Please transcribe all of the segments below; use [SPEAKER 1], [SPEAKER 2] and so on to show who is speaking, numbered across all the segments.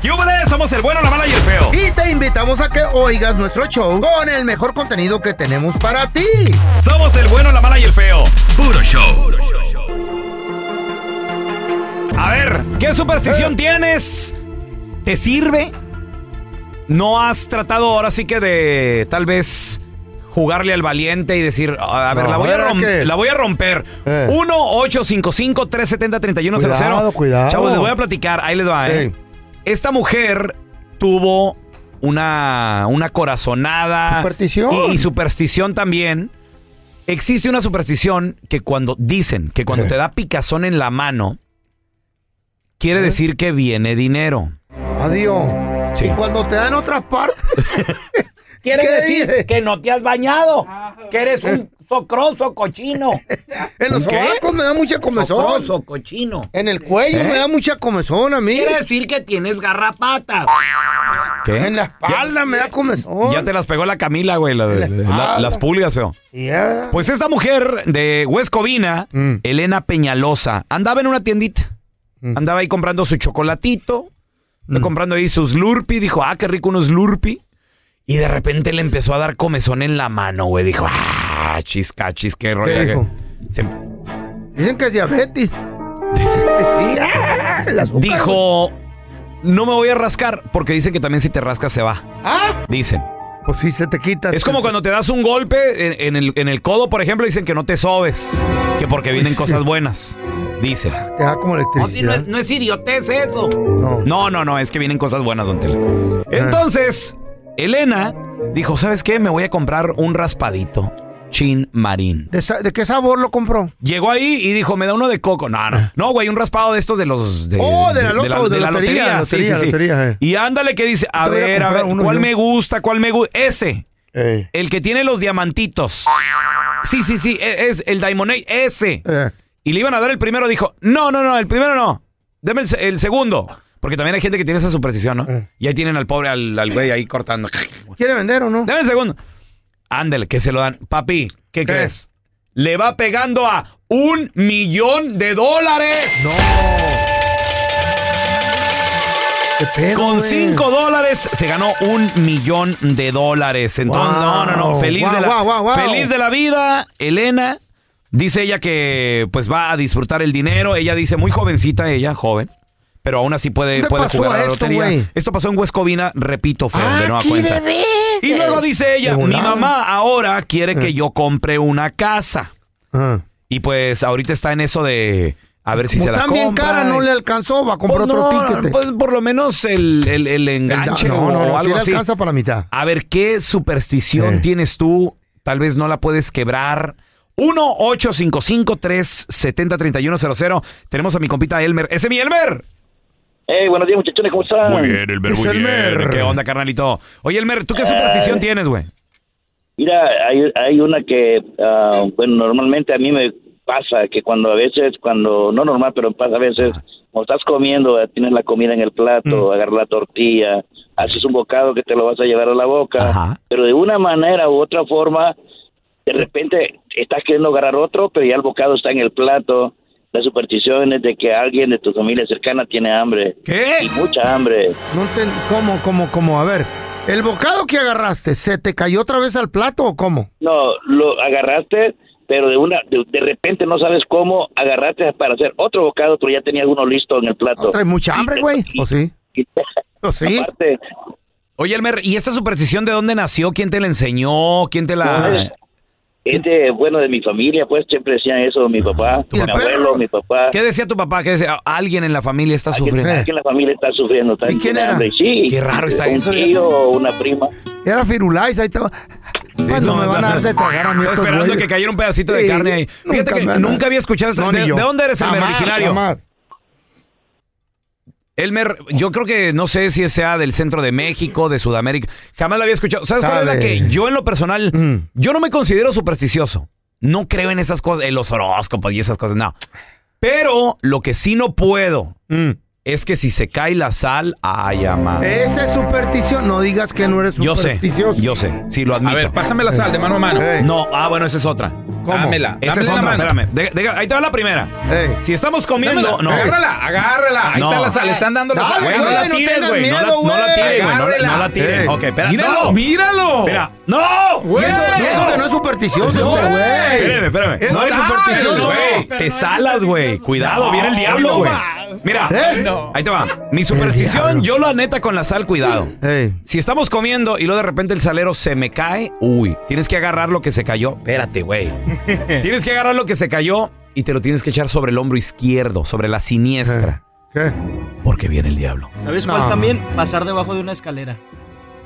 [SPEAKER 1] ¡Yúbele! Somos el bueno, la mala y el feo.
[SPEAKER 2] Y te invitamos a que oigas nuestro show con el mejor contenido que tenemos para ti.
[SPEAKER 1] Somos el bueno, la mala y el feo.
[SPEAKER 3] Puro show.
[SPEAKER 1] A ver, ¿qué
[SPEAKER 2] Eh.
[SPEAKER 1] superstición tienes? ¿Te sirve? ¿No has tratado ahora sí que de tal vez jugarle al valiente y decir, a a ver,
[SPEAKER 2] No,
[SPEAKER 1] la, voy a
[SPEAKER 2] ¿era
[SPEAKER 1] rom-
[SPEAKER 2] qué?
[SPEAKER 1] la voy a romper?
[SPEAKER 2] Eh.
[SPEAKER 1] 1-855-370-3100.
[SPEAKER 2] Cuidado, cuidado.
[SPEAKER 1] Chavos, les voy a platicar. Ahí les va, ¿eh?
[SPEAKER 2] Ey.
[SPEAKER 1] Esta mujer tuvo una, una corazonada.
[SPEAKER 2] Superstición.
[SPEAKER 1] Y, y superstición también. Existe una superstición que cuando dicen que cuando
[SPEAKER 2] Eh.
[SPEAKER 1] te da picazón en la mano, quiere decir que viene dinero.
[SPEAKER 2] Adiós.
[SPEAKER 1] Sí.
[SPEAKER 2] Y cuando te dan otras partes.
[SPEAKER 1] Quiere
[SPEAKER 2] ¿Qué decir dice?
[SPEAKER 1] que no te has bañado, que eres un socroso cochino.
[SPEAKER 2] En los
[SPEAKER 1] ¿Qué?
[SPEAKER 2] sobacos me da mucha comezón.
[SPEAKER 1] cochino.
[SPEAKER 2] En el cuello
[SPEAKER 1] ¿Eh?
[SPEAKER 2] me da mucha comezón a mí.
[SPEAKER 1] decir que tienes garrapatas. ¿Qué?
[SPEAKER 2] En la espalda me da comezón.
[SPEAKER 1] Ya te las pegó la Camila, güey, la-
[SPEAKER 2] la
[SPEAKER 1] la-
[SPEAKER 2] espalda.
[SPEAKER 1] las pulgas, feo.
[SPEAKER 2] Yeah.
[SPEAKER 1] Pues esta mujer de Huescovina,
[SPEAKER 2] Mm.
[SPEAKER 1] Elena Peñalosa, andaba en una tiendita.
[SPEAKER 2] Mm.
[SPEAKER 1] Andaba ahí comprando su chocolatito, andaba comprando ahí sus Slurpee. Dijo, ah, qué rico unos Slurpee. Y de repente le empezó a dar comezón en la mano, güey. Dijo, ah, chisca, chis, qué rollo.
[SPEAKER 2] ¿Qué dijo?
[SPEAKER 1] que-". Se- Pues-
[SPEAKER 2] Dicen que es diabetes. sí, ah, el azúcar.
[SPEAKER 1] dijo, no me voy a rascar, porque dicen que también si te rascas se va.
[SPEAKER 2] Ah,
[SPEAKER 1] Dicen.
[SPEAKER 2] pues sí, se te quita.
[SPEAKER 1] Es como cuando te das un golpe en, en el, en el codo, por ejemplo, dicen que no te sobes, que porque vienen cosas buenas. Dicen.
[SPEAKER 2] Te da como
[SPEAKER 1] Oh,
[SPEAKER 2] electricidad.
[SPEAKER 1] idiotez eso.
[SPEAKER 2] No.
[SPEAKER 1] No, no, no, es que vienen cosas buenas, don Tela. Entonces, Elena dijo, ¿sabes qué? Me voy a comprar un raspadito. Chin Marín.
[SPEAKER 2] ¿De, sa- de qué sabor lo compró?
[SPEAKER 1] Llegó ahí y dijo, me da uno de coco. No, no. No, güey, un raspado de estos de los... De,
[SPEAKER 2] Ah. Oh, de la loto- de lotería,
[SPEAKER 1] Sí,
[SPEAKER 2] lotería,
[SPEAKER 1] sí, sí.
[SPEAKER 2] lotería, eh.
[SPEAKER 1] Y ándale que dice, a
[SPEAKER 2] Te voy a
[SPEAKER 1] ver, a
[SPEAKER 2] comprar
[SPEAKER 1] ver,
[SPEAKER 2] uno
[SPEAKER 1] ¿cuál
[SPEAKER 2] yo.
[SPEAKER 1] me gusta? ¿Cuál me gusta? Ese. El que tiene los diamantitos. Sí, sí, sí, e- es el Daimonade, ese.
[SPEAKER 2] Eh.
[SPEAKER 1] Y le iban a dar el primero, dijo, no, no, no, el primero no. Deme el, se- el segundo. Porque también hay gente que tiene esa superstición, ¿no?
[SPEAKER 2] Eh.
[SPEAKER 1] Y ahí tienen al pobre, al, al güey ahí cortando.
[SPEAKER 2] ¿Quiere vender o no?
[SPEAKER 1] Dame el segundo. Ándale, que se lo dan. Papi, ¿qué, crees? Le va pegando a un millón de dólares.
[SPEAKER 2] No. ¿Qué pedo,
[SPEAKER 1] Con
[SPEAKER 2] güey?
[SPEAKER 1] cinco dólares se ganó un millón de dólares. Entonces, no,
[SPEAKER 2] Wow.
[SPEAKER 1] no, no. Feliz, de la,
[SPEAKER 2] Wow, wow, wow, wow.
[SPEAKER 1] feliz de la vida, Elena. Dice ella que pues va a disfrutar el dinero. Ella dice, muy jovencita ella, joven. Pero aún así puede,
[SPEAKER 2] ¿Dónde
[SPEAKER 1] puede
[SPEAKER 2] pasó
[SPEAKER 1] jugar a la
[SPEAKER 2] esto,
[SPEAKER 1] lotería.
[SPEAKER 2] güey? Ah,
[SPEAKER 1] Esto pasó en Huescovina, repito, feo, de nueva cuenta. Y luego dice ella,
[SPEAKER 2] De
[SPEAKER 1] mi
[SPEAKER 2] volada.
[SPEAKER 1] mamá ahora quiere que
[SPEAKER 2] Eh.
[SPEAKER 1] yo compre una casa.
[SPEAKER 2] Ah.
[SPEAKER 1] Y pues ahorita está en eso de a ver si
[SPEAKER 2] Como
[SPEAKER 1] se la
[SPEAKER 2] tan
[SPEAKER 1] compra. eh.
[SPEAKER 2] bien cara, no le alcanzó, va a comprar
[SPEAKER 1] Pues no,
[SPEAKER 2] otro ticket. eh.
[SPEAKER 1] pues por lo menos el, el- el enganche
[SPEAKER 2] no, no,
[SPEAKER 1] o
[SPEAKER 2] no, sí
[SPEAKER 1] algo
[SPEAKER 2] le
[SPEAKER 1] así.
[SPEAKER 2] alcanza para mitad.
[SPEAKER 1] A ver, ¿qué superstición
[SPEAKER 2] Eh.
[SPEAKER 1] tienes tú? Tal vez no la puedes quebrar. 1-855-370-3100. Tenemos a mi compita Elmer. ¡Ese es mi Elmer!
[SPEAKER 4] Hey, buenos días, muchachones, ¿cómo están?
[SPEAKER 1] Elmer,
[SPEAKER 2] Es Elmer.
[SPEAKER 1] ¿Qué onda, carnalito? Oye, Elmer, ¿tú qué superstición tienes, güey?
[SPEAKER 4] Mira, hay, hay una que, ah, bueno, normalmente a mí me pasa que cuando a veces, cuando, no normal, pero pasa a veces, cuando estás comiendo, eh, tienes la comida en el plato,
[SPEAKER 1] Mm.
[SPEAKER 4] agarras la tortilla, haces un bocado que te lo vas a llevar a la boca,
[SPEAKER 1] Ajá.
[SPEAKER 4] pero de una manera u otra forma, de repente estás queriendo agarrar otro, pero ya el bocado está en el plato. La superstición es de que alguien de tu familia cercana tiene hambre.
[SPEAKER 1] ¿Qué?
[SPEAKER 4] Y mucha hambre.
[SPEAKER 2] No enten- ¿Cómo, cómo, cómo? A ver, ¿el bocado que agarraste se te cayó otra vez al plato o cómo?
[SPEAKER 4] No, lo agarraste, pero de una de, de repente no sabes cómo agarraste para hacer otro bocado, pero ya tenías uno listo en el plato.
[SPEAKER 2] ¿Traes mucha hambre, güey? ¿O sí?
[SPEAKER 4] Y-
[SPEAKER 2] ¿O sí?
[SPEAKER 4] Aparte,
[SPEAKER 1] Oye, Elmer, ¿y esta superstición de dónde nació? ¿Quién te la enseñó? ¿Quién te
[SPEAKER 4] No,
[SPEAKER 1] la...?
[SPEAKER 4] es- es de, este, bueno, de mi familia, pues siempre decían eso,
[SPEAKER 2] Ah,
[SPEAKER 4] mi papá,
[SPEAKER 2] ¿Y
[SPEAKER 4] mi
[SPEAKER 2] el perro?
[SPEAKER 4] abuelo, mi papá.
[SPEAKER 1] ¿Qué decía tu papá? ¿Qué decía? Alguien en la familia está sufriendo.
[SPEAKER 2] eh.
[SPEAKER 4] Que la familia está sufriendo. Está
[SPEAKER 2] ¿Y quién
[SPEAKER 4] tiene
[SPEAKER 2] era?
[SPEAKER 4] hambre. Sí,
[SPEAKER 1] Qué raro está
[SPEAKER 4] un
[SPEAKER 1] eso,
[SPEAKER 4] tío o una prima.
[SPEAKER 2] Era firulais, ahí estaba.
[SPEAKER 1] Sí,
[SPEAKER 2] ¿Cuándo
[SPEAKER 1] no,
[SPEAKER 2] me van
[SPEAKER 1] no,
[SPEAKER 2] a dar de tragar a mí
[SPEAKER 1] Estaba
[SPEAKER 2] estos
[SPEAKER 1] esperando
[SPEAKER 2] güeyes?
[SPEAKER 1] que cayera un pedacito de
[SPEAKER 2] Sí,
[SPEAKER 1] carne ahí. Fíjate
[SPEAKER 2] nunca
[SPEAKER 1] que
[SPEAKER 2] me han-
[SPEAKER 1] nunca había escuchado eso.
[SPEAKER 2] No,
[SPEAKER 1] ¿De,
[SPEAKER 2] ni yo.
[SPEAKER 1] de dónde eres, Elmer,
[SPEAKER 2] Jamás,
[SPEAKER 1] originario?
[SPEAKER 2] jamás.
[SPEAKER 1] Elmer, yo creo que no sé si sea del centro de México, de Sudamérica. Jamás la había escuchado. ¿Sabes cuál es la
[SPEAKER 2] Sabe.
[SPEAKER 1] que yo en lo personal,
[SPEAKER 2] Mm.
[SPEAKER 1] yo no me considero supersticioso? No creo en esas cosas, en los horóscopos y esas cosas, no. Pero lo que sí no puedo
[SPEAKER 2] Mm.
[SPEAKER 1] es que si se cae la sal, ay, amado.
[SPEAKER 2] Esa es superstición. No digas que no eres
[SPEAKER 1] Yo sé,
[SPEAKER 2] Eh, supersticioso.
[SPEAKER 1] yo sé, sí lo
[SPEAKER 5] A
[SPEAKER 1] admito.
[SPEAKER 5] ver, pásame la sal de mano a mano.
[SPEAKER 2] Eh,
[SPEAKER 1] no, ah, bueno, esa es otra.
[SPEAKER 3] Dámela.
[SPEAKER 1] Esa es
[SPEAKER 3] Dámela
[SPEAKER 1] otra,
[SPEAKER 3] la mano.
[SPEAKER 1] espérame. De- de- ahí te va la primera.
[SPEAKER 2] Ey.
[SPEAKER 1] Si estamos comiendo,
[SPEAKER 3] Dámela.
[SPEAKER 1] no.
[SPEAKER 3] Agárrala, agárrala. Ahí
[SPEAKER 1] No.
[SPEAKER 3] está la sal, le están dando la
[SPEAKER 2] Dale,
[SPEAKER 3] sal.
[SPEAKER 1] Güey, no
[SPEAKER 2] güey,
[SPEAKER 1] la
[SPEAKER 2] no
[SPEAKER 1] tires,
[SPEAKER 2] tengas
[SPEAKER 1] güey. No, la-
[SPEAKER 2] miedo,
[SPEAKER 1] no la
[SPEAKER 2] güey.
[SPEAKER 1] tires, güey. No, la- no la
[SPEAKER 3] Agárrela.
[SPEAKER 1] tires.
[SPEAKER 2] Ey.
[SPEAKER 1] Ok, espérate.
[SPEAKER 3] Míralo,
[SPEAKER 1] no.
[SPEAKER 3] míralo.
[SPEAKER 1] Mira. ¡No!
[SPEAKER 2] Y eso, y eso que no es supersticioso, este güey.
[SPEAKER 1] Espérame, espérame.
[SPEAKER 3] Es
[SPEAKER 1] No,
[SPEAKER 2] es
[SPEAKER 3] sal,
[SPEAKER 2] supersticioso.
[SPEAKER 1] güey, te salas, güey. Cuidado, viene el diablo,
[SPEAKER 3] no
[SPEAKER 1] güey.
[SPEAKER 3] más.
[SPEAKER 1] Mira,
[SPEAKER 2] ¿Eh?
[SPEAKER 3] No.
[SPEAKER 1] ahí te va. Mi
[SPEAKER 2] diablo.
[SPEAKER 1] superstición, yo la neta con la sal, cuidado.
[SPEAKER 2] Ey.
[SPEAKER 1] Si estamos comiendo y luego de repente el salero se me cae, uy, tienes que agarrar lo que se cayó. Espérate, güey. tienes que agarrar lo que se cayó y te lo tienes que echar sobre el hombro izquierdo, sobre la siniestra,
[SPEAKER 2] ¿Qué?
[SPEAKER 1] porque viene el diablo.
[SPEAKER 5] ¿Sabes
[SPEAKER 2] No.
[SPEAKER 5] cuál también? Pasar debajo de una escalera.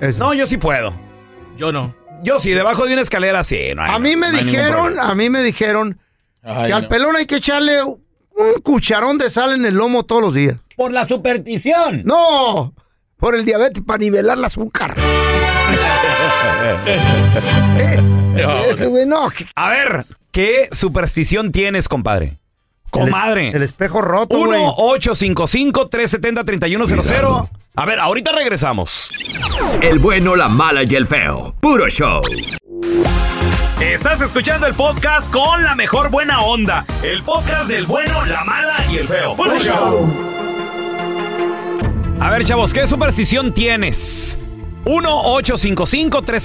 [SPEAKER 2] Eso.
[SPEAKER 1] No, yo sí puedo.
[SPEAKER 5] Yo no.
[SPEAKER 1] Yo sí, debajo de una escalera sí. No hay-
[SPEAKER 2] a mí me
[SPEAKER 1] no hay ningún
[SPEAKER 2] dijeron,
[SPEAKER 1] problema.
[SPEAKER 2] a mí me dijeron
[SPEAKER 3] Ay,
[SPEAKER 2] que al
[SPEAKER 3] no.
[SPEAKER 2] pelón hay que echarle un cucharón de sal en el lomo todos los días.
[SPEAKER 1] Por la superstición.
[SPEAKER 2] No, por el diabetes, para nivelar el azúcar. Eh, Ese güey, no. que-
[SPEAKER 1] A ver, ¿qué superstición tienes, compadre? Comadre.
[SPEAKER 2] El espejo roto, güey.
[SPEAKER 1] 1-855-370-3100. A ver, ahorita regresamos.
[SPEAKER 6] El bueno, la mala y el feo. Puro show.
[SPEAKER 1] Estás escuchando el podcast con la mejor buena onda. El podcast del bueno, la mala y el feo. Bueno, A ver, chavos, ¿qué superstición tienes?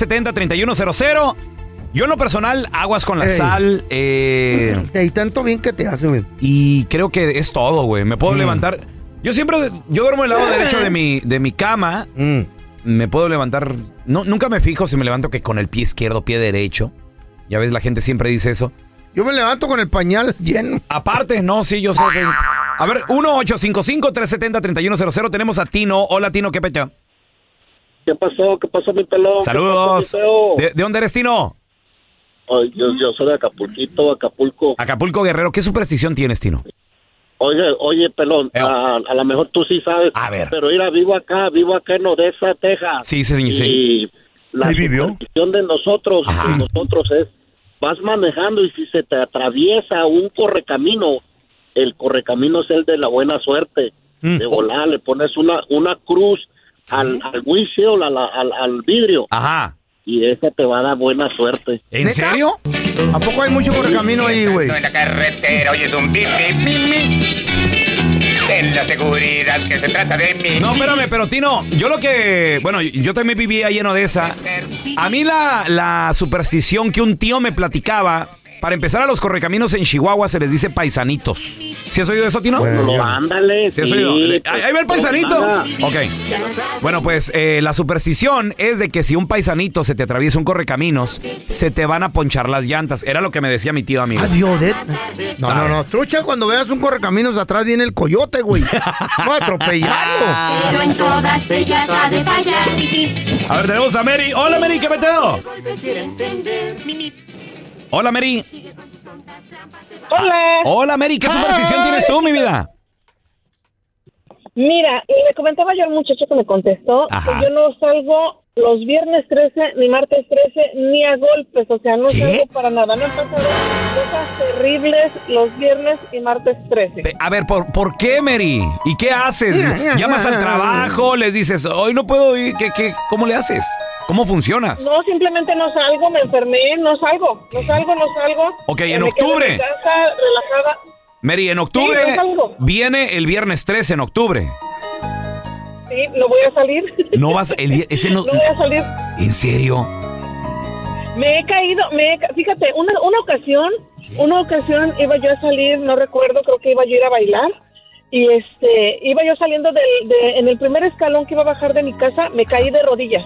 [SPEAKER 1] 1-855-370-3100. Yo en lo personal, aguas con la
[SPEAKER 2] Ey.
[SPEAKER 1] sal. Eh,
[SPEAKER 2] Este, Y tanto bien que te hace, güey.
[SPEAKER 1] Y creo que es todo, güey. Me puedo levantar. Yo siempre, yo duermo del lado derecho de mi, de mi cama.
[SPEAKER 2] Mm.
[SPEAKER 1] Me puedo levantar. No, nunca me fijo si me levanto que con el pie izquierdo, pie derecho. Ya ves, la gente siempre dice eso.
[SPEAKER 2] Yo me levanto con el pañal lleno.
[SPEAKER 1] Aparte, no, sí, yo sé. que- A ver, 1-855-370-3100. Tenemos a Tino. Hola, Tino, ¿qué pecho?
[SPEAKER 4] ¿Qué pasó? ¿Qué pasó, mi pelón? ¿Qué
[SPEAKER 1] Saludos.
[SPEAKER 4] pasó, mi feo?
[SPEAKER 1] ¿De, de dónde eres, Tino?
[SPEAKER 4] Ay, yo, yo soy de Acapulquito, Acapulco.
[SPEAKER 1] Acapulco Guerrero. ¿Qué superstición tienes, Tino?
[SPEAKER 4] Oye, oye, pelón,
[SPEAKER 1] Eh.
[SPEAKER 4] a, a lo mejor tú sí sabes.
[SPEAKER 1] A ver.
[SPEAKER 4] Pero mira, vivo acá, vivo acá en Odessa, Texas.
[SPEAKER 1] Sí, sí, sí, sí.
[SPEAKER 4] Y la
[SPEAKER 1] Ahí vivió.
[SPEAKER 4] superstición de nosotros,
[SPEAKER 1] Ajá.
[SPEAKER 4] de nosotros es, vas manejando y si se te atraviesa un correcamino, el correcamino es el de la buena suerte.
[SPEAKER 1] Mm.
[SPEAKER 4] De volar, le pones una, una cruz
[SPEAKER 1] ¿Ah,
[SPEAKER 4] al, al windshield, al, al, al vidrio,
[SPEAKER 1] Ajá.
[SPEAKER 4] y esa te va a dar buena suerte.
[SPEAKER 1] ¿En
[SPEAKER 2] ¿Neta?
[SPEAKER 1] serio?
[SPEAKER 2] ¿A poco hay mucho por el camino ahí, güey?
[SPEAKER 7] en la carretera oyes un bip bip. Ten la seguridad que se trata de mí.
[SPEAKER 1] No, espérame, pero Tino, yo lo que. Bueno, yo también viví ahí en Odessa. A mí la, la superstición que un tío me platicaba. Para empezar, a los correcaminos en Chihuahua se les dice paisanitos. ¿Sí has oído eso, Tino?
[SPEAKER 2] Bueno.
[SPEAKER 4] Lo- ándale,
[SPEAKER 1] Eh, ¿Sí has
[SPEAKER 4] sí,
[SPEAKER 1] oído? Le-
[SPEAKER 4] pues,
[SPEAKER 1] Ahí ahí va el
[SPEAKER 4] pues,
[SPEAKER 1] paisanito.
[SPEAKER 4] nada.
[SPEAKER 1] Ok. Bueno, pues eh, la superstición es de que si un paisanito se te atraviesa un correcaminos, se te van a ponchar las llantas. Era lo que me decía mi tío amigo.
[SPEAKER 2] Adiós, de... No, no,
[SPEAKER 1] Sabe.
[SPEAKER 2] no. Trucha, cuando veas un correcaminos atrás viene el coyote, güey. Va a atropellarlo.
[SPEAKER 8] Pero en todas ellas ha de fallar.
[SPEAKER 1] A ver, tenemos a Mary. Hola, Mary, ¿qué peteo? Hola, Mary.
[SPEAKER 9] Hola,
[SPEAKER 1] Hola, Mary, ¿qué superstición tienes tú, mi vida?
[SPEAKER 9] mira, y le comentaba yo al muchacho que me contestó
[SPEAKER 1] Ajá.
[SPEAKER 9] que yo no salgo los viernes 13, ni martes 13, ni a golpes, o sea, no
[SPEAKER 1] ¿Qué?
[SPEAKER 9] salgo para nada. Me han pasado cosas terribles los viernes y martes 13.
[SPEAKER 1] Pe- Eh, A ver, ¿por, por qué, Mary? ¿Y qué haces?
[SPEAKER 2] Mira, mira,
[SPEAKER 1] ¿Llamas
[SPEAKER 2] mira,
[SPEAKER 1] al
[SPEAKER 2] mira,
[SPEAKER 1] trabajo? ¿Les dices, hoy no puedo ir? ¿Qué, qué, ¿Cómo le haces? ¿Cómo funcionas?
[SPEAKER 9] No, simplemente no salgo, me enfermé, no salgo, no salgo, no salgo.
[SPEAKER 1] Ok, en
[SPEAKER 9] Me quedo
[SPEAKER 1] octubre.
[SPEAKER 9] En casa, relajada.
[SPEAKER 1] Mary, en octubre
[SPEAKER 9] Sí, no salgo.
[SPEAKER 1] viene el viernes 13 en octubre.
[SPEAKER 9] Sí, no voy a salir.
[SPEAKER 1] No vas el día- ese no-
[SPEAKER 9] no voy a salir.
[SPEAKER 1] ¿En serio?
[SPEAKER 9] Me he caído, me he ca- fíjate, una, una ocasión, una ocasión iba yo a salir, no recuerdo, creo que iba yo a ir a bailar y este, iba yo saliendo del, de, en el primer escalón que iba a bajar de mi casa, me caí de rodillas.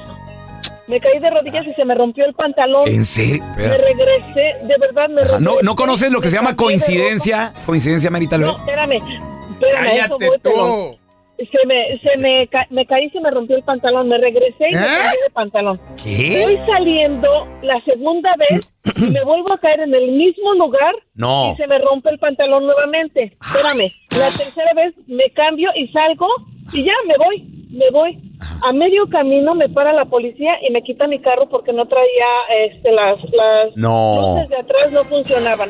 [SPEAKER 9] Me caí de rodillas y se me rompió el pantalón.
[SPEAKER 1] ¿En serio?
[SPEAKER 9] Me regresé, de verdad me regresé.
[SPEAKER 1] ¿No, no conoces lo que
[SPEAKER 9] Me
[SPEAKER 1] se llama
[SPEAKER 9] cambié de
[SPEAKER 1] coincidencia? ¿Coincidencia, Mary,
[SPEAKER 9] ropa.
[SPEAKER 1] tal vez?
[SPEAKER 9] No, espérame, espérame, a eso
[SPEAKER 3] Cállate
[SPEAKER 9] voy, pelón.
[SPEAKER 3] tú.
[SPEAKER 9] Se me, se me, ca- me caí y se me rompió el pantalón, me regresé y me
[SPEAKER 2] ¿Eh?
[SPEAKER 9] cambié de pantalón.
[SPEAKER 1] ¿Qué?
[SPEAKER 9] Voy saliendo la segunda vez y me vuelvo a caer en el mismo lugar
[SPEAKER 1] No. Ah.
[SPEAKER 9] y se me rompe el pantalón nuevamente. Espérame, la tercera vez me cambio y salgo y ya me voy, me voy. A medio camino me para la policía y me quita mi carro porque no traía este, las, las
[SPEAKER 1] No.
[SPEAKER 9] luces de atrás no funcionaban.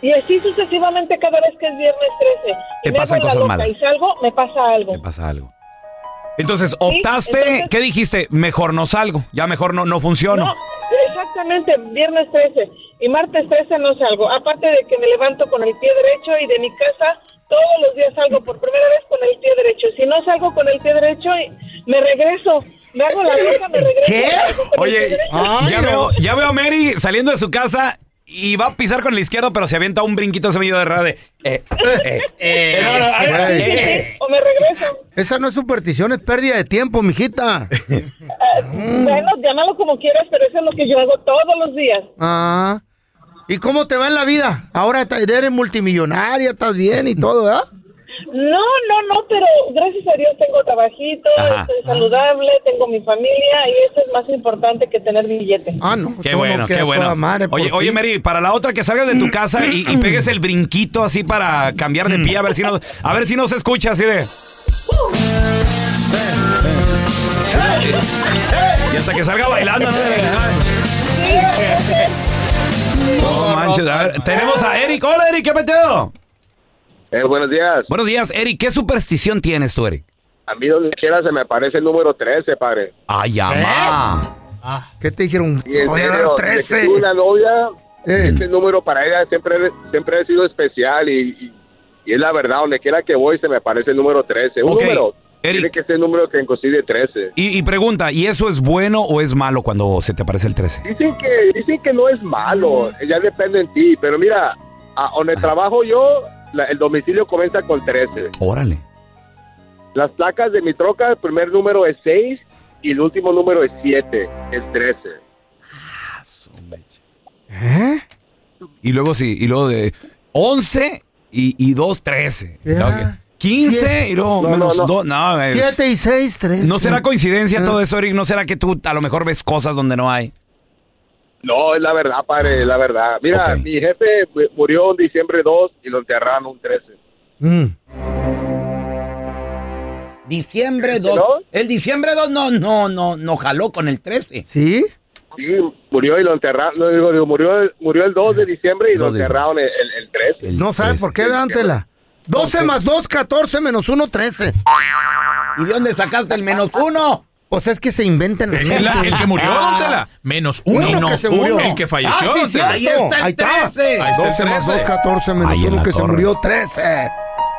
[SPEAKER 9] Y así sucesivamente cada vez que es viernes 13.
[SPEAKER 1] Te
[SPEAKER 9] y me
[SPEAKER 1] pasan
[SPEAKER 9] hago la
[SPEAKER 1] cosas
[SPEAKER 9] loca
[SPEAKER 1] malas.
[SPEAKER 9] Y salgo, me pasa algo.
[SPEAKER 1] Te pasa algo. Entonces, optaste,
[SPEAKER 9] entonces-
[SPEAKER 1] ¿qué dijiste? Mejor no salgo, ya mejor no, no funciono.
[SPEAKER 9] No, exactamente, viernes 13. y martes 13 no salgo. Aparte de que me levanto con el pie derecho y de mi casa todos los días salgo por primera vez con el pie derecho. Si no salgo con el pie derecho, me regreso. Me hago la loca, me regreso.
[SPEAKER 2] ¿Qué?
[SPEAKER 9] Salgo con el pie
[SPEAKER 1] Oye,
[SPEAKER 9] derecho.
[SPEAKER 2] Ay,
[SPEAKER 1] ya,
[SPEAKER 2] no.
[SPEAKER 1] veo, ya veo a Mary saliendo de su casa y va a pisar con el izquierdo, pero se avienta un brinquito ese medio de rade. Eh, eh, eh, no, no, a ver,
[SPEAKER 2] Ey.
[SPEAKER 1] eh, eh.
[SPEAKER 9] O me regreso.
[SPEAKER 2] Esa no es superstición, es pérdida de tiempo, mijita.
[SPEAKER 9] Ah,
[SPEAKER 1] Mm.
[SPEAKER 9] Bueno, llámalo como quieras, pero eso es lo que yo hago todos los días.
[SPEAKER 2] Ah. ¿Y cómo te va en la vida? Ahora ta- eres multimillonaria, estás bien y todo, ¿verdad?
[SPEAKER 9] No, no, no, pero gracias a Dios tengo trabajito,
[SPEAKER 1] Ajá.
[SPEAKER 9] estoy saludable, tengo mi familia y eso es más importante que tener billete.
[SPEAKER 2] Ah, no.
[SPEAKER 1] Qué
[SPEAKER 2] cómo no,
[SPEAKER 1] bueno,
[SPEAKER 2] queda
[SPEAKER 1] qué
[SPEAKER 2] toda
[SPEAKER 1] bueno.
[SPEAKER 2] madre por Mm.
[SPEAKER 1] oye, oye,
[SPEAKER 2] ti.
[SPEAKER 1] Mary, para la otra que salgas de tu casa y, y pegues el brinquito así para cambiar de pie, a ver si no, a ver si no se escucha así de. Y hasta que salga bailando, ¿no? No manches, a ver, tenemos a Eric. Hola, Eric, ¿qué peteo?
[SPEAKER 10] Eh, buenos días.
[SPEAKER 1] Buenos días, Eric. ¿Qué superstición tienes tú, Eric?
[SPEAKER 10] A mí donde quiera se me aparece el número 13, padre.
[SPEAKER 1] Ay, amá.
[SPEAKER 2] ¿Qué te dijeron?
[SPEAKER 10] Y en
[SPEAKER 2] Oye,
[SPEAKER 10] serio, desde que
[SPEAKER 2] 13.
[SPEAKER 10] tuve una novia,
[SPEAKER 2] Eh.
[SPEAKER 10] este número para ella siempre, siempre ha sido especial y, y- y es la verdad, donde quiera que voy se me aparece el número 13. Un
[SPEAKER 1] Ok,
[SPEAKER 10] número. Tiene
[SPEAKER 1] Eric.
[SPEAKER 10] que ser el número que consigue 13.
[SPEAKER 1] Y, y pregunta, ¿y eso es bueno o es malo cuando se te aparece el 13?
[SPEAKER 10] Dicen que, dicen que no es malo,
[SPEAKER 1] Mm.
[SPEAKER 10] ya depende en ti, pero mira, a donde
[SPEAKER 1] Ah.
[SPEAKER 10] trabajo yo, la- el domicilio comienza con 13.
[SPEAKER 1] Órale.
[SPEAKER 10] Las placas de mi troca, el primer número es 6 y el último número es 7, es 13.
[SPEAKER 2] ¿Eh?
[SPEAKER 1] Y luego sí, y luego de 11 y, y 2, 13.
[SPEAKER 2] Ya.
[SPEAKER 1] 15
[SPEAKER 2] Siete.
[SPEAKER 1] y luego
[SPEAKER 10] No,
[SPEAKER 1] menos
[SPEAKER 10] no, no.
[SPEAKER 1] 2. No, eh,
[SPEAKER 2] 7 y 6, 13.
[SPEAKER 1] ¿no será coincidencia
[SPEAKER 2] Ah.
[SPEAKER 1] todo eso, Eric? ¿No será que tú a lo mejor ves cosas donde no hay?
[SPEAKER 10] No, es la verdad, padre, es la verdad. Mira,
[SPEAKER 1] Ok.
[SPEAKER 10] mi jefe mu- murió en diciembre 2 y lo enterraron un 13.
[SPEAKER 2] Mm.
[SPEAKER 1] Diciembre
[SPEAKER 10] dos. ¿No?
[SPEAKER 1] El diciembre 2 no, no, no, no jaló con el 13.
[SPEAKER 2] ¿Sí?
[SPEAKER 10] Sí, murió y lo enterraron, no, digo, digo, murió, el- murió el 2 de diciembre y lo
[SPEAKER 1] Dos de diciembre.
[SPEAKER 10] enterraron el, el, el 13.
[SPEAKER 2] No sabes por qué, Dántela. 12 más 2, 14 menos 1, 13.
[SPEAKER 1] ¿Y de dónde sacaste el menos 1?
[SPEAKER 2] O sea, Pues es que se inventan. la
[SPEAKER 3] El,
[SPEAKER 2] mente.
[SPEAKER 3] el que murió,
[SPEAKER 1] Ah.
[SPEAKER 3] don Tela. Menos uno.
[SPEAKER 2] Uno que se
[SPEAKER 3] uno.
[SPEAKER 2] murió.
[SPEAKER 3] El que falleció.
[SPEAKER 2] Ah, sí,
[SPEAKER 3] don Tela.
[SPEAKER 2] cierto.
[SPEAKER 1] Ahí está el
[SPEAKER 2] Ahí está.
[SPEAKER 1] 13.
[SPEAKER 3] Ahí está el
[SPEAKER 2] 12 más 2,
[SPEAKER 3] 13.
[SPEAKER 2] 14 menos
[SPEAKER 1] Ahí en
[SPEAKER 2] 1
[SPEAKER 1] la
[SPEAKER 2] que se
[SPEAKER 1] torre.
[SPEAKER 2] murió, 13.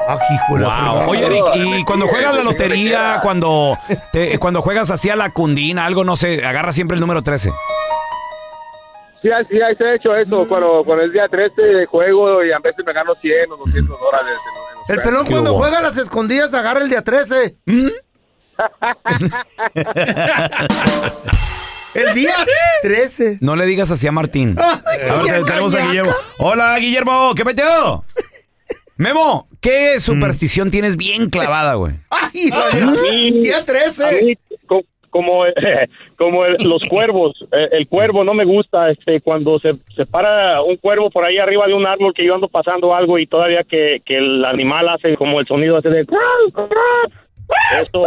[SPEAKER 2] Ah, hijo de la fregada.
[SPEAKER 1] Oye, Eric, y
[SPEAKER 10] Mentira,
[SPEAKER 1] cuando juegas la
[SPEAKER 10] mentira.
[SPEAKER 1] lotería, cuando, te- cuando juegas así a la cundina, algo, no sé, agarra siempre el número 13.
[SPEAKER 10] Sí, ah, sí, ahí se ha hecho eso. Cuando, cuando es día 13 juego y a veces me gano 100 o 200 dólares. en- en los
[SPEAKER 2] El
[SPEAKER 10] premios.
[SPEAKER 2] pelón
[SPEAKER 1] ¿Qué
[SPEAKER 2] cuando
[SPEAKER 1] hubo?
[SPEAKER 2] juega a las escondidas agarra el día 13. el día 13.
[SPEAKER 1] No le digas así a Martín.
[SPEAKER 2] Ah,
[SPEAKER 1] A ver, tenemos a Guillermo. Hola, Guillermo, ¿qué peteo? Memo,
[SPEAKER 2] Mm.
[SPEAKER 1] ¿qué superstición tienes bien clavada, güey?
[SPEAKER 2] Ay, la-
[SPEAKER 10] mí-
[SPEAKER 2] día 13.
[SPEAKER 10] A mí, co- como como el- los cuervos, eh, el cuervo no me gusta, este cuando se, se para un cuervo por ahí arriba de un árbol que yo ando pasando algo y todavía que, que el animal hace como el sonido hace de esto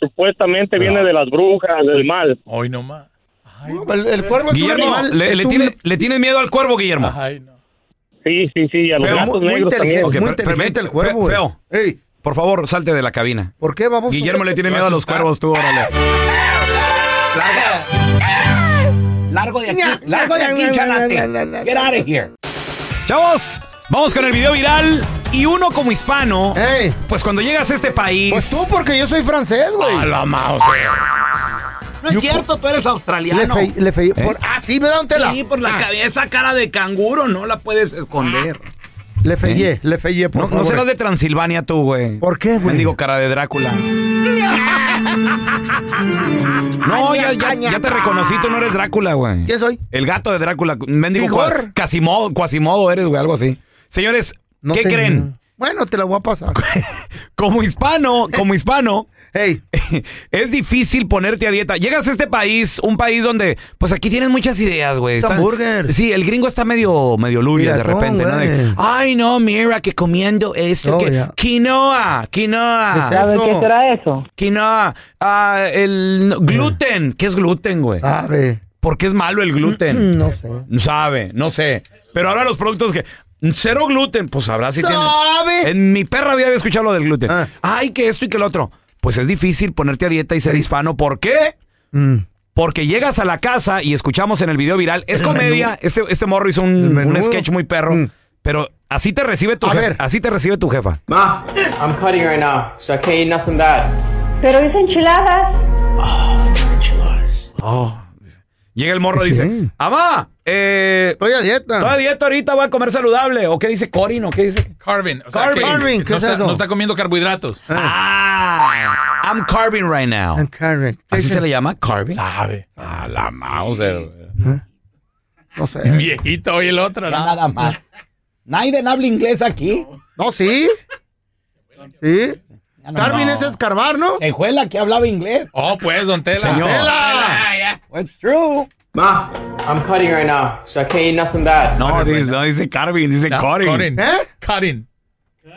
[SPEAKER 10] supuestamente viene de las brujas, del mal.
[SPEAKER 3] Hoy nomás.
[SPEAKER 2] El, el cuervo es un
[SPEAKER 1] Guillermo,
[SPEAKER 2] animal.
[SPEAKER 1] le,
[SPEAKER 2] es
[SPEAKER 1] le
[SPEAKER 2] un-
[SPEAKER 1] tiene- le tienes miedo al cuervo, Guillermo.
[SPEAKER 3] Ay, no.
[SPEAKER 10] Sí, sí, sí, a los
[SPEAKER 1] Feo,
[SPEAKER 10] gatos
[SPEAKER 2] muy, muy
[SPEAKER 10] negros
[SPEAKER 2] inteligente,
[SPEAKER 1] Ok,
[SPEAKER 2] muy
[SPEAKER 10] también.
[SPEAKER 1] per-
[SPEAKER 2] inteligente
[SPEAKER 1] permite-
[SPEAKER 2] el cuervo.
[SPEAKER 1] fe-
[SPEAKER 2] güey.
[SPEAKER 1] feo.
[SPEAKER 2] Ey,
[SPEAKER 1] Por favor, salte de la cabina.
[SPEAKER 2] ¿por qué vamos?
[SPEAKER 1] Guillermo le tiene
[SPEAKER 3] Te
[SPEAKER 1] miedo a
[SPEAKER 3] vas a
[SPEAKER 1] los
[SPEAKER 3] asustar.
[SPEAKER 1] cuervos, tú, órale. Largo de aquí,
[SPEAKER 2] largo de aquí, chanate. Get out
[SPEAKER 1] of here. Chavos, vamos con el video viral. Y uno como hispano,
[SPEAKER 2] Ey,
[SPEAKER 1] pues cuando llegas a este país.
[SPEAKER 2] pues tú porque yo soy francés, güey.
[SPEAKER 1] A la ma, o sea. No es cierto, tú eres
[SPEAKER 2] Le
[SPEAKER 1] australiano.
[SPEAKER 2] fe, le fe, por-
[SPEAKER 1] ¿Eh?
[SPEAKER 2] ah, sí, Ah. me da un tela.
[SPEAKER 1] Sí, por la cabeza, cara de canguro, no la puedes esconder.
[SPEAKER 2] Le feyé, le feyé, por
[SPEAKER 1] ¿Eh? No,
[SPEAKER 2] Ah, favor.
[SPEAKER 1] no serás de Transilvania tú, güey.
[SPEAKER 2] ¿Por qué, güey?
[SPEAKER 1] Digo, cara de Drácula. No, ya, ya- ya te reconocí, tú no eres Drácula, güey.
[SPEAKER 2] ¿Quién soy?
[SPEAKER 1] El gato de Drácula. Mendigo
[SPEAKER 2] Vigor.
[SPEAKER 1] cua- Casimodo, Quasimodo eres, güey, algo así. Señores,
[SPEAKER 2] No
[SPEAKER 1] ¿qué
[SPEAKER 2] te-
[SPEAKER 1] creen?
[SPEAKER 2] Bueno, te la voy a pasar.
[SPEAKER 1] Como hispano, como hispano,
[SPEAKER 2] Ey,
[SPEAKER 1] es difícil ponerte a dieta. Llegas a este país, un país donde, pues aquí tienes muchas ideas, güey. Está-
[SPEAKER 2] hamburger.
[SPEAKER 1] Sí, el gringo está medio, medio luria de
[SPEAKER 2] Piratón,
[SPEAKER 1] repente, ¿no? De,
[SPEAKER 2] güey.
[SPEAKER 1] Ay, no, mira, que comiendo esto,
[SPEAKER 2] No,
[SPEAKER 1] que
[SPEAKER 2] ya.
[SPEAKER 1] quinoa, quinoa,
[SPEAKER 2] ¿Qué se hace?
[SPEAKER 9] ¿Saben
[SPEAKER 2] Eso.
[SPEAKER 9] qué será eso?
[SPEAKER 1] quinoa, ah, el no, gluten. ¿Qué es gluten, güey?
[SPEAKER 2] sabe.
[SPEAKER 1] ¿Por qué es malo el gluten?
[SPEAKER 2] Ah. Mm, No sé.
[SPEAKER 1] No sabe, no sé. Pero ahora los productos que. Cero gluten, pues habrá si tiene.
[SPEAKER 2] ¿Sabe?
[SPEAKER 1] En mi perra vida había escuchado lo del gluten.
[SPEAKER 2] Ah.
[SPEAKER 1] Ay, que esto y que lo otro. Pues es difícil ponerte a dieta y ser hispano. ¿Por qué?
[SPEAKER 2] Mm.
[SPEAKER 1] Porque llegas a la casa y escuchamos en el video viral, es
[SPEAKER 2] El
[SPEAKER 1] comedia,
[SPEAKER 2] menú.
[SPEAKER 1] este, este morro hizo un,
[SPEAKER 2] El
[SPEAKER 1] un
[SPEAKER 2] menú. Mm.
[SPEAKER 1] sketch muy perro, pero así te recibe tu
[SPEAKER 2] A
[SPEAKER 1] jefa,
[SPEAKER 2] ver.
[SPEAKER 1] así te recibe tu jefa.
[SPEAKER 11] Ma, I'm cutting right now, so I can't eat nothing bad.
[SPEAKER 12] Pero hice enchiladas.
[SPEAKER 1] Llega el morro y dice, "Amá, eh, estoy
[SPEAKER 2] a dieta.
[SPEAKER 1] Estoy a dieta ahorita, voy a comer saludable." ¿O qué dice Corin o qué dice?
[SPEAKER 3] Carvin. O sea,
[SPEAKER 1] Carving.
[SPEAKER 3] que
[SPEAKER 1] Carving, ¿qué
[SPEAKER 3] no
[SPEAKER 1] es
[SPEAKER 3] está,
[SPEAKER 1] eso? ¿Eh?
[SPEAKER 3] No está comiendo carbohidratos.
[SPEAKER 1] Ah, I'm carving right now.
[SPEAKER 2] Ah,
[SPEAKER 1] ¿Así se le llama? Carving.
[SPEAKER 3] Sabe.
[SPEAKER 1] A la
[SPEAKER 3] Mauser.
[SPEAKER 1] Ah,
[SPEAKER 2] No sé.
[SPEAKER 3] Viejito, oye el otro, ¿no?
[SPEAKER 1] Nada más. Nadie habla inglés aquí.
[SPEAKER 2] No, sí. Sí. Carvin es escarbar, ¿no?
[SPEAKER 1] Enjuela que hablaba inglés.
[SPEAKER 3] Oh, pues, don Tela.
[SPEAKER 11] Señor.
[SPEAKER 1] It's true.
[SPEAKER 11] Ma, I'm cutting right now, so I can't eat nothing bad.
[SPEAKER 1] No, dice, no dice Carving, dice
[SPEAKER 11] No,
[SPEAKER 1] Corin.
[SPEAKER 11] Corin.
[SPEAKER 2] ¿Eh?
[SPEAKER 3] Karin.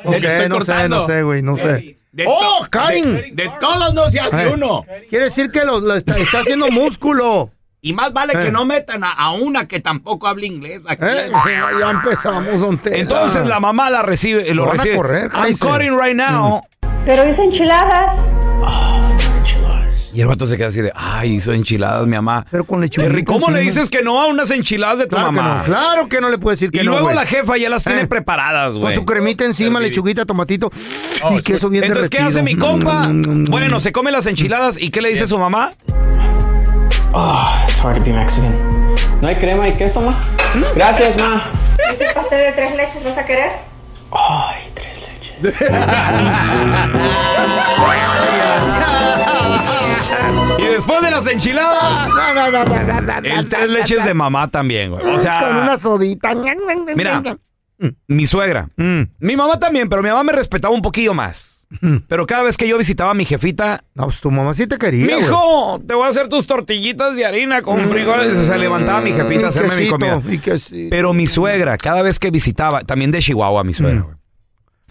[SPEAKER 2] No
[SPEAKER 1] El que
[SPEAKER 2] sé,
[SPEAKER 1] estoy
[SPEAKER 2] no sé,
[SPEAKER 1] cortando.
[SPEAKER 2] no sé, güey, no sé.
[SPEAKER 1] De
[SPEAKER 2] ¡Oh,
[SPEAKER 1] to-
[SPEAKER 2] Karin!
[SPEAKER 1] De, de todos no se hace
[SPEAKER 2] Eh.
[SPEAKER 1] uno.
[SPEAKER 2] Quiere decir que lo, lo está, está haciendo músculo.
[SPEAKER 1] Y más vale
[SPEAKER 2] Eh.
[SPEAKER 1] que no metan a, a una que tampoco habla inglés. aquí.
[SPEAKER 2] ¿Eh? Ya empezamos, don Tela.
[SPEAKER 1] Entonces la mamá la recibe, lo
[SPEAKER 2] Lo van a
[SPEAKER 1] recibe.
[SPEAKER 2] correr, Mm.
[SPEAKER 1] I'm
[SPEAKER 2] cállese.
[SPEAKER 1] calling right now.
[SPEAKER 12] Pero hice enchiladas.
[SPEAKER 1] Y el vato se queda así de, ay, hizo enchiladas mi mamá. Pero con lechuga. ¿Cómo
[SPEAKER 2] con
[SPEAKER 1] le
[SPEAKER 2] chile.
[SPEAKER 1] dices que no a unas enchiladas de tu
[SPEAKER 2] Claro que
[SPEAKER 1] mamá?
[SPEAKER 2] no, claro que no le puede decir que
[SPEAKER 1] Y
[SPEAKER 2] no,
[SPEAKER 1] luego
[SPEAKER 2] güey.
[SPEAKER 1] la jefa ya las tiene
[SPEAKER 2] Eh.
[SPEAKER 1] preparadas,
[SPEAKER 2] Con
[SPEAKER 1] güey. Oh,
[SPEAKER 2] su cremita encima, lechuguita, tomatito y queso bien
[SPEAKER 1] Entonces, ¿qué hace mi
[SPEAKER 2] derretido.
[SPEAKER 1] compa?
[SPEAKER 2] Mm, mm, mm,
[SPEAKER 1] Bueno, se come las enchiladas y ¿qué le dice su mamá?
[SPEAKER 11] Oh, it's hard to be Mexican. ¿No hay crema y queso, ma? Gracias, ma.
[SPEAKER 12] ¿Ese pastel de tres leches vas a querer?
[SPEAKER 1] Y después de las enchiladas, el tres leches de mamá también, güey. O
[SPEAKER 2] Con
[SPEAKER 1] sea,
[SPEAKER 2] una sodita.
[SPEAKER 1] Mira. mm, mi suegra.
[SPEAKER 2] Mm.
[SPEAKER 1] Mi mamá también, pero mi mamá me respetaba un poquillo más. Pero cada vez que yo visitaba a mi jefita,
[SPEAKER 2] No, pues tu mamá sí te quería. güey. Mm.
[SPEAKER 1] Mijo, te voy a hacer tus tortillitas de harina con frijoles. Se levantaba mi jefita a hacerme mi
[SPEAKER 2] quesito,
[SPEAKER 1] comida.
[SPEAKER 2] y quesito.
[SPEAKER 1] Pero mi suegra, cada vez que visitaba, también de Chihuahua, mi
[SPEAKER 2] Mm.
[SPEAKER 1] suegra, güey,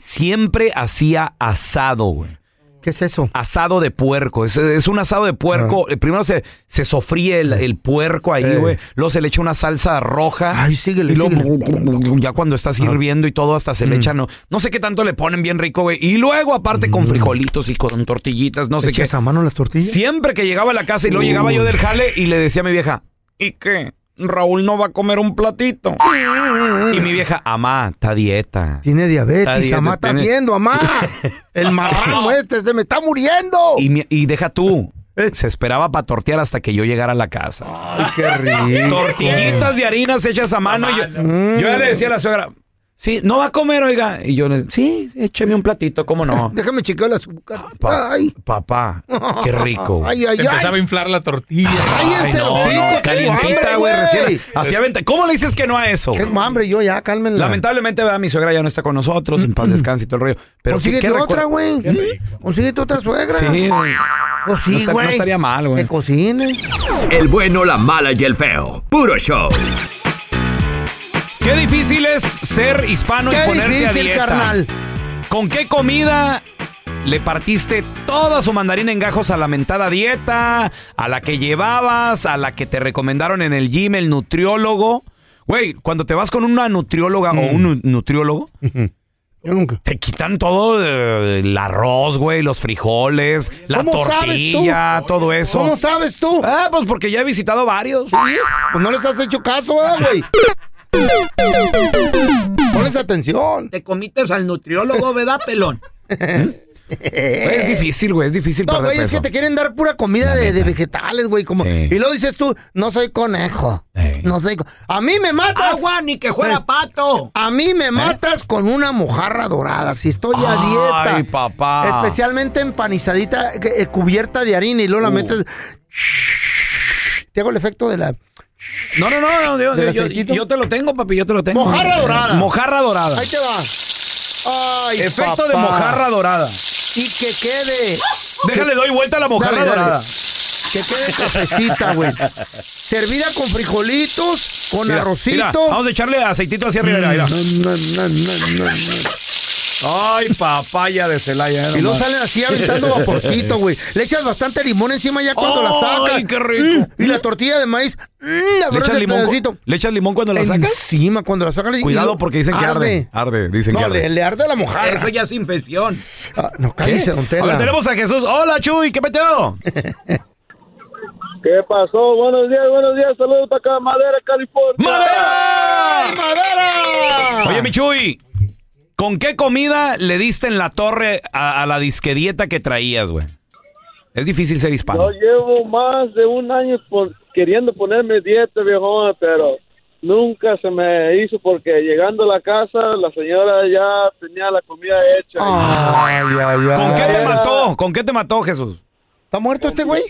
[SPEAKER 1] siempre hacía asado, güey.
[SPEAKER 2] ¿Qué es eso?
[SPEAKER 1] Asado de puerco. Es, es un asado de puerco.
[SPEAKER 2] Ah.
[SPEAKER 1] Eh, Primero se, se sofríe el, el puerco ahí, güey. Luego se le echa una salsa roja.
[SPEAKER 2] Ay, síguele,
[SPEAKER 1] Y
[SPEAKER 2] Mm.
[SPEAKER 1] luego,
[SPEAKER 2] síguele.
[SPEAKER 1] ya cuando estás hirviendo y todo, hasta se le echa, no, no sé qué tanto le ponen bien rico, güey. Y luego, aparte,
[SPEAKER 2] Mm.
[SPEAKER 1] con frijolitos y con tortillitas, no sé qué.
[SPEAKER 2] ¿Echas a mano las tortillas?
[SPEAKER 1] Siempre que llegaba a la casa y luego
[SPEAKER 2] Uy.
[SPEAKER 1] llegaba yo del jale y le decía a mi vieja, ¿y qué? Raúl no va a comer un platito. Y mi vieja, amá, está a dieta.
[SPEAKER 2] Tiene
[SPEAKER 1] Está a
[SPEAKER 2] diabetes,
[SPEAKER 1] dieta,
[SPEAKER 2] amá, está
[SPEAKER 1] tiene-
[SPEAKER 2] viendo, amá. El marrano este se me está muriendo.
[SPEAKER 1] Y, mi- y deja tú.
[SPEAKER 2] Eh.
[SPEAKER 1] Se esperaba para tortear hasta que yo llegara a la casa.
[SPEAKER 2] Ay, qué rico.
[SPEAKER 1] Tortillitas de harinas hechas a mano. y yo,
[SPEAKER 2] Mm.
[SPEAKER 1] yo ya le decía a la suegra, sí, no va a comer, oiga. Y yo, le- sí, écheme un platito, ¿cómo no?
[SPEAKER 2] Déjame checar el azúcar.
[SPEAKER 1] Pa-
[SPEAKER 2] Ay.
[SPEAKER 1] Papá, qué rico.
[SPEAKER 2] Ay, ay,
[SPEAKER 3] Se
[SPEAKER 2] ay.
[SPEAKER 3] empezaba a inflar la tortilla.
[SPEAKER 2] Cállense los
[SPEAKER 1] No, no,
[SPEAKER 2] hijos, tengo hambre,
[SPEAKER 1] calientita, güey, recién.
[SPEAKER 2] güey.
[SPEAKER 1] Hacía venta- ¿Cómo le dices que no a eso?
[SPEAKER 2] Tengo hambre yo ya, cálmenla.
[SPEAKER 1] Lamentablemente, ¿verdad? mi suegra ya no está con nosotros, en paz descanse y todo el rollo. Pero sí,
[SPEAKER 2] Consíguete otra, güey. Consíguete otra suegra.
[SPEAKER 1] Sí, güey.
[SPEAKER 2] Pues
[SPEAKER 1] No
[SPEAKER 2] sí,
[SPEAKER 1] está- no
[SPEAKER 2] güey.
[SPEAKER 1] estaría mal, güey.
[SPEAKER 2] Que cocine.
[SPEAKER 6] El bueno, la mala y el feo. Puro show.
[SPEAKER 1] Qué difícil es ser hispano y
[SPEAKER 2] Qué
[SPEAKER 1] ponerte a
[SPEAKER 2] difícil,
[SPEAKER 1] dieta.
[SPEAKER 2] carnal.
[SPEAKER 1] ¿Con qué comida le partiste toda su mandarín en gajos a la mentada dieta, a la que llevabas, a la que te recomendaron en el gym, el nutriólogo? Güey, cuando te vas con una nutrióloga o
[SPEAKER 2] Mm.
[SPEAKER 1] un nu- nutriólogo,
[SPEAKER 2] Yo nunca.
[SPEAKER 1] te quitan todo eh, el arroz, güey, los frijoles, la
[SPEAKER 2] ¿Cómo sabes tú?
[SPEAKER 1] tortilla, todo eso.
[SPEAKER 2] ¿Cómo sabes tú?
[SPEAKER 1] Ah, pues porque ya he visitado varios.
[SPEAKER 2] Pues no les has hecho caso, ah, güey. Ponles atención.
[SPEAKER 1] Te comites al nutriólogo, ¿verdad, pelón? es difícil, güey, es difícil
[SPEAKER 2] No,
[SPEAKER 1] perder
[SPEAKER 2] güey, es
[SPEAKER 1] peso.
[SPEAKER 2] que te quieren dar pura comida de, de vegetales, güey. Como...
[SPEAKER 1] Sí.
[SPEAKER 2] Y luego dices tú, no soy conejo.
[SPEAKER 1] Ey.
[SPEAKER 2] No soy... co- A mí me
[SPEAKER 1] Ah,
[SPEAKER 2] matas.
[SPEAKER 1] ni que
[SPEAKER 2] fuera
[SPEAKER 1] pato.
[SPEAKER 2] A mí
[SPEAKER 1] ¿Eh?
[SPEAKER 2] me matas con una mojarra dorada. Si estoy a dieta.
[SPEAKER 1] Ay, papá.
[SPEAKER 2] Especialmente empanizadita, eh, eh, cubierta de harina y luego
[SPEAKER 1] Uh.
[SPEAKER 2] la metes. Te hago el efecto de la.
[SPEAKER 1] No, no, no, no, yo,
[SPEAKER 2] ¿Del
[SPEAKER 1] yo-
[SPEAKER 2] aceitito?
[SPEAKER 1] yo te lo tengo, papi, yo te lo tengo.
[SPEAKER 2] Mojarra dorada.
[SPEAKER 1] Mojarra dorada.
[SPEAKER 2] Ahí te va. Ay,
[SPEAKER 1] Efecto de
[SPEAKER 2] papá.
[SPEAKER 1] mojarra dorada.
[SPEAKER 2] Y que quede.
[SPEAKER 1] Déjale, doy vuelta a la mojarra
[SPEAKER 2] Dale, dale.
[SPEAKER 1] dorada.
[SPEAKER 2] Que quede cafecita, güey. Servida con frijolitos, con
[SPEAKER 1] Mira,
[SPEAKER 2] arrocito. Mm,
[SPEAKER 1] mira, vamos a echarle aceitito hacia arriba. mira, mira.
[SPEAKER 2] No, no, no, no, no, no.
[SPEAKER 1] Ay, papaya de Celaya. eh,
[SPEAKER 2] Y luego salen así aventando vaporcito, güey. Le echas bastante limón encima ya cuando la sacas.
[SPEAKER 1] Ay, qué rico.
[SPEAKER 2] Mm, Y la tortilla de maíz. mm, la
[SPEAKER 1] ¿Le echas,
[SPEAKER 2] el
[SPEAKER 1] limón,
[SPEAKER 2] pedacito.
[SPEAKER 1] cu- ¿Le echas limón cuando la sacas?
[SPEAKER 2] Encima, cuando la sacas. y- y
[SPEAKER 1] Cuidado
[SPEAKER 2] lo-
[SPEAKER 1] porque dicen que arde. Arde, dicen que
[SPEAKER 2] No,
[SPEAKER 1] arde.
[SPEAKER 2] le, le arde la mojarra.
[SPEAKER 1] Ah, ya es infección.
[SPEAKER 2] Ah, no,
[SPEAKER 1] ¿Qué?
[SPEAKER 2] cállese, don
[SPEAKER 1] A ver,
[SPEAKER 2] Tela.
[SPEAKER 1] tenemos a Jesús. Hola, Chuy, ¿qué peteo?
[SPEAKER 13] ¿Qué pasó? Buenos días, buenos días. Saludos para acá, Madera, California.
[SPEAKER 2] Ah.
[SPEAKER 1] ¡Madera! Oye, Michuy, ¿con qué comida le diste en la torre a, a la disquedieta que traías, güey? Es difícil ser hispano.
[SPEAKER 13] Yo llevo más de un año por- queriendo ponerme dieta, viejón, pero nunca se me hizo porque llegando a la casa la señora ya tenía la comida hecha.
[SPEAKER 2] Ah,
[SPEAKER 1] ¿Con qué te mató? ¿Con qué te mató, Jesús?
[SPEAKER 2] ¿Está muerto este güey?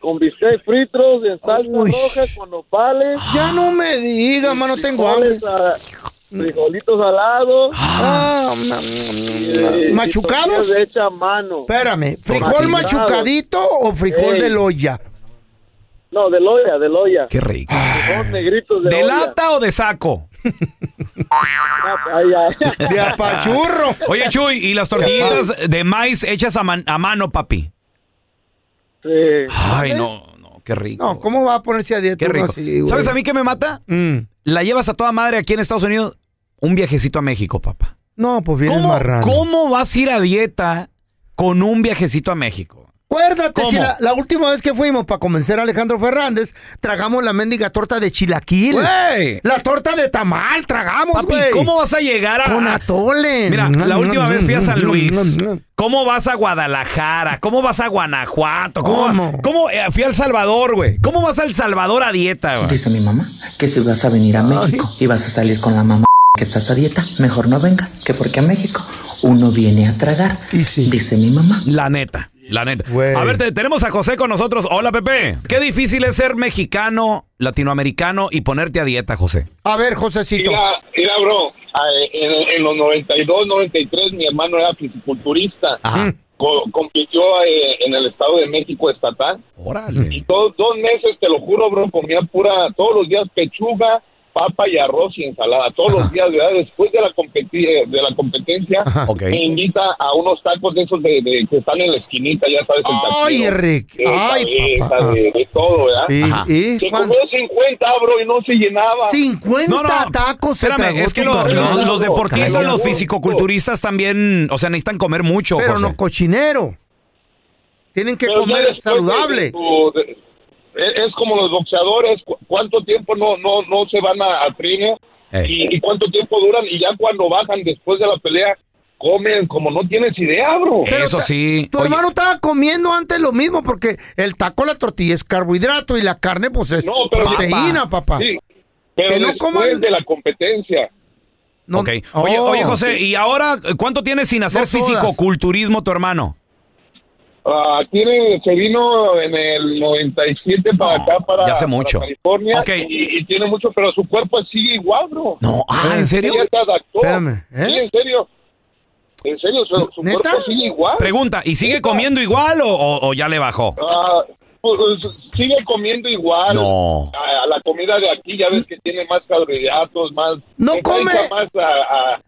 [SPEAKER 13] Con bistec fritos en salsa roja, con nopales.
[SPEAKER 2] Ya Ah, no me digas, mano, tengo hambre.
[SPEAKER 13] frijoles a- Frijolitos salados.
[SPEAKER 2] Ah, mm,
[SPEAKER 13] y- y
[SPEAKER 2] ¿machucados?
[SPEAKER 13] tortillas hechas a mano.
[SPEAKER 2] Espérame, ¿frijol machucadito o frijol
[SPEAKER 13] Ey.
[SPEAKER 2] de loya?
[SPEAKER 13] No, de loya, de loya.
[SPEAKER 1] Qué rico.
[SPEAKER 13] Frijol negritos de,
[SPEAKER 1] ¿De
[SPEAKER 13] Ah, olla. Ah,
[SPEAKER 1] lata o de saco?
[SPEAKER 13] Ay, ay.
[SPEAKER 2] De apachurro.
[SPEAKER 1] Oye, Chuy, ¿y las
[SPEAKER 13] Ah.
[SPEAKER 1] tortillitas de maíz hechas a, man- a mano, papi? Ay, no, no, qué rico.
[SPEAKER 2] No, ¿cómo va a ponerse a dieta
[SPEAKER 1] Qué
[SPEAKER 2] uno
[SPEAKER 1] rico.
[SPEAKER 2] así, güey? Mm.
[SPEAKER 1] ¿Sabes a mí qué me mata? La llevas a toda madre aquí en Estados Unidos, un viajecito a México, papá.
[SPEAKER 2] No, pues viene
[SPEAKER 1] ¿Cómo,
[SPEAKER 2] marrano.
[SPEAKER 1] cómo vas a ir a dieta con un viajecito a México?
[SPEAKER 2] Acuérdate,
[SPEAKER 1] ¿Cómo?
[SPEAKER 2] si la, la última vez que fuimos para convencer a Alejandro Fernández, tragamos la mendiga torta de chilaquil.
[SPEAKER 1] Güey.
[SPEAKER 2] La torta de tamal, tragamos,
[SPEAKER 1] Papi,
[SPEAKER 2] güey.
[SPEAKER 1] ¿cómo vas a llegar a-
[SPEAKER 2] Con atole.
[SPEAKER 1] Mira,
[SPEAKER 2] Mm,
[SPEAKER 1] la
[SPEAKER 2] mm,
[SPEAKER 1] última
[SPEAKER 2] mm,
[SPEAKER 1] vez fui a
[SPEAKER 2] mm,
[SPEAKER 1] San
[SPEAKER 2] mm,
[SPEAKER 1] Luis.
[SPEAKER 2] mm, mm.
[SPEAKER 1] ¿Cómo vas a Guadalajara? ¿Cómo vas a Guanajuato? ¿Cómo?
[SPEAKER 11] ¿Cómo?
[SPEAKER 1] cómo, eh, fui al Salvador, güey? ¿Cómo vas al Salvador a dieta, güey?
[SPEAKER 11] Dice mi mamá que si vas a venir a México y vas a salir con la mamá que estás a dieta, mejor no vengas, que porque a México uno viene a tragar. Dice mi mamá.
[SPEAKER 1] La neta, la neta. A ver, te- tenemos a José con nosotros. Hola, Pepe. Qué difícil es ser mexicano, latinoamericano y ponerte a dieta, José.
[SPEAKER 2] A ver, Josecito.
[SPEAKER 10] Mira, mira, bro, a- en, en los 92, 93, mi hermano era fisiculturista. Mm. Co- compitió eh, en el Estado de México estatal. Y todos dos meses, te lo juro, bro, comía pura, todos los días pechuga, papa y arroz y ensalada. Todos los días, ¿verdad? Después de la, competi- eh, de la competencia,
[SPEAKER 1] ok.
[SPEAKER 10] me invita a unos tacos de esos de, de- que están en la esquinita, ya sabes, el
[SPEAKER 2] Ay,
[SPEAKER 10] taquero.
[SPEAKER 2] Rick.
[SPEAKER 10] De
[SPEAKER 2] Ay,
[SPEAKER 10] cabeza,
[SPEAKER 2] papá.
[SPEAKER 10] de, de todo, ¿verdad?
[SPEAKER 2] Sí, Ajá. ¿y
[SPEAKER 10] Se
[SPEAKER 2] cuán-
[SPEAKER 10] comió 50, bro, y no se llenaba.
[SPEAKER 2] 50
[SPEAKER 1] No, no,
[SPEAKER 2] tacos se
[SPEAKER 1] Espérame,
[SPEAKER 2] tragó
[SPEAKER 1] es que
[SPEAKER 2] tu
[SPEAKER 1] lo-
[SPEAKER 2] carnal.
[SPEAKER 1] lo- los deportistas,
[SPEAKER 2] Cállate.
[SPEAKER 1] los fisicoculturistas también, o sea, necesitan comer mucho,
[SPEAKER 2] Pero
[SPEAKER 1] José.
[SPEAKER 2] no cochinero. Tienen que
[SPEAKER 10] Pero ya
[SPEAKER 2] comer
[SPEAKER 10] después de-
[SPEAKER 2] saludable.
[SPEAKER 10] de tu- de- eh, es es como los boxeadores, cu- cuánto tiempo no no no se van a, a trineo
[SPEAKER 1] Eh.
[SPEAKER 10] y, y cuánto tiempo duran y ya cuando bajan después de la pelea comen como no tienes idea, bro.
[SPEAKER 2] Pero ta- Tu hermano estaba comiendo antes lo mismo porque el taco, la tortilla es carbohidrato y la carne, pues es proteína, papá.
[SPEAKER 10] Sí, pero
[SPEAKER 2] Que no
[SPEAKER 10] después
[SPEAKER 2] coman-
[SPEAKER 10] de la competencia.
[SPEAKER 1] Ok. Oye,
[SPEAKER 10] Oh.
[SPEAKER 1] oye, José, ¿y ahora cuánto tienes sin hacer fisicoculturismo tu hermano?
[SPEAKER 10] Ah, tiene, se vino en el 97 para acá, para,
[SPEAKER 1] ya hace
[SPEAKER 10] para
[SPEAKER 1] mucho.
[SPEAKER 10] California. Y, y tiene mucho, pero su cuerpo sigue igual, bro. No,
[SPEAKER 1] ah,
[SPEAKER 2] Eh.
[SPEAKER 1] ¿en serio?
[SPEAKER 10] Ella se adaptó.
[SPEAKER 1] Espérame, ¿eh?
[SPEAKER 10] Sí, en serio. En serio, su, su cuerpo sigue igual.
[SPEAKER 1] Pregunta, ¿y sigue comiendo igual o, o- o ya le bajó?
[SPEAKER 10] Ah, pues, sigue comiendo igual.
[SPEAKER 1] No.
[SPEAKER 10] A, a la comida de aquí ya ves que tiene más carbohidratos, más...
[SPEAKER 2] No
[SPEAKER 10] se engancha
[SPEAKER 2] come.
[SPEAKER 10] Más a, a-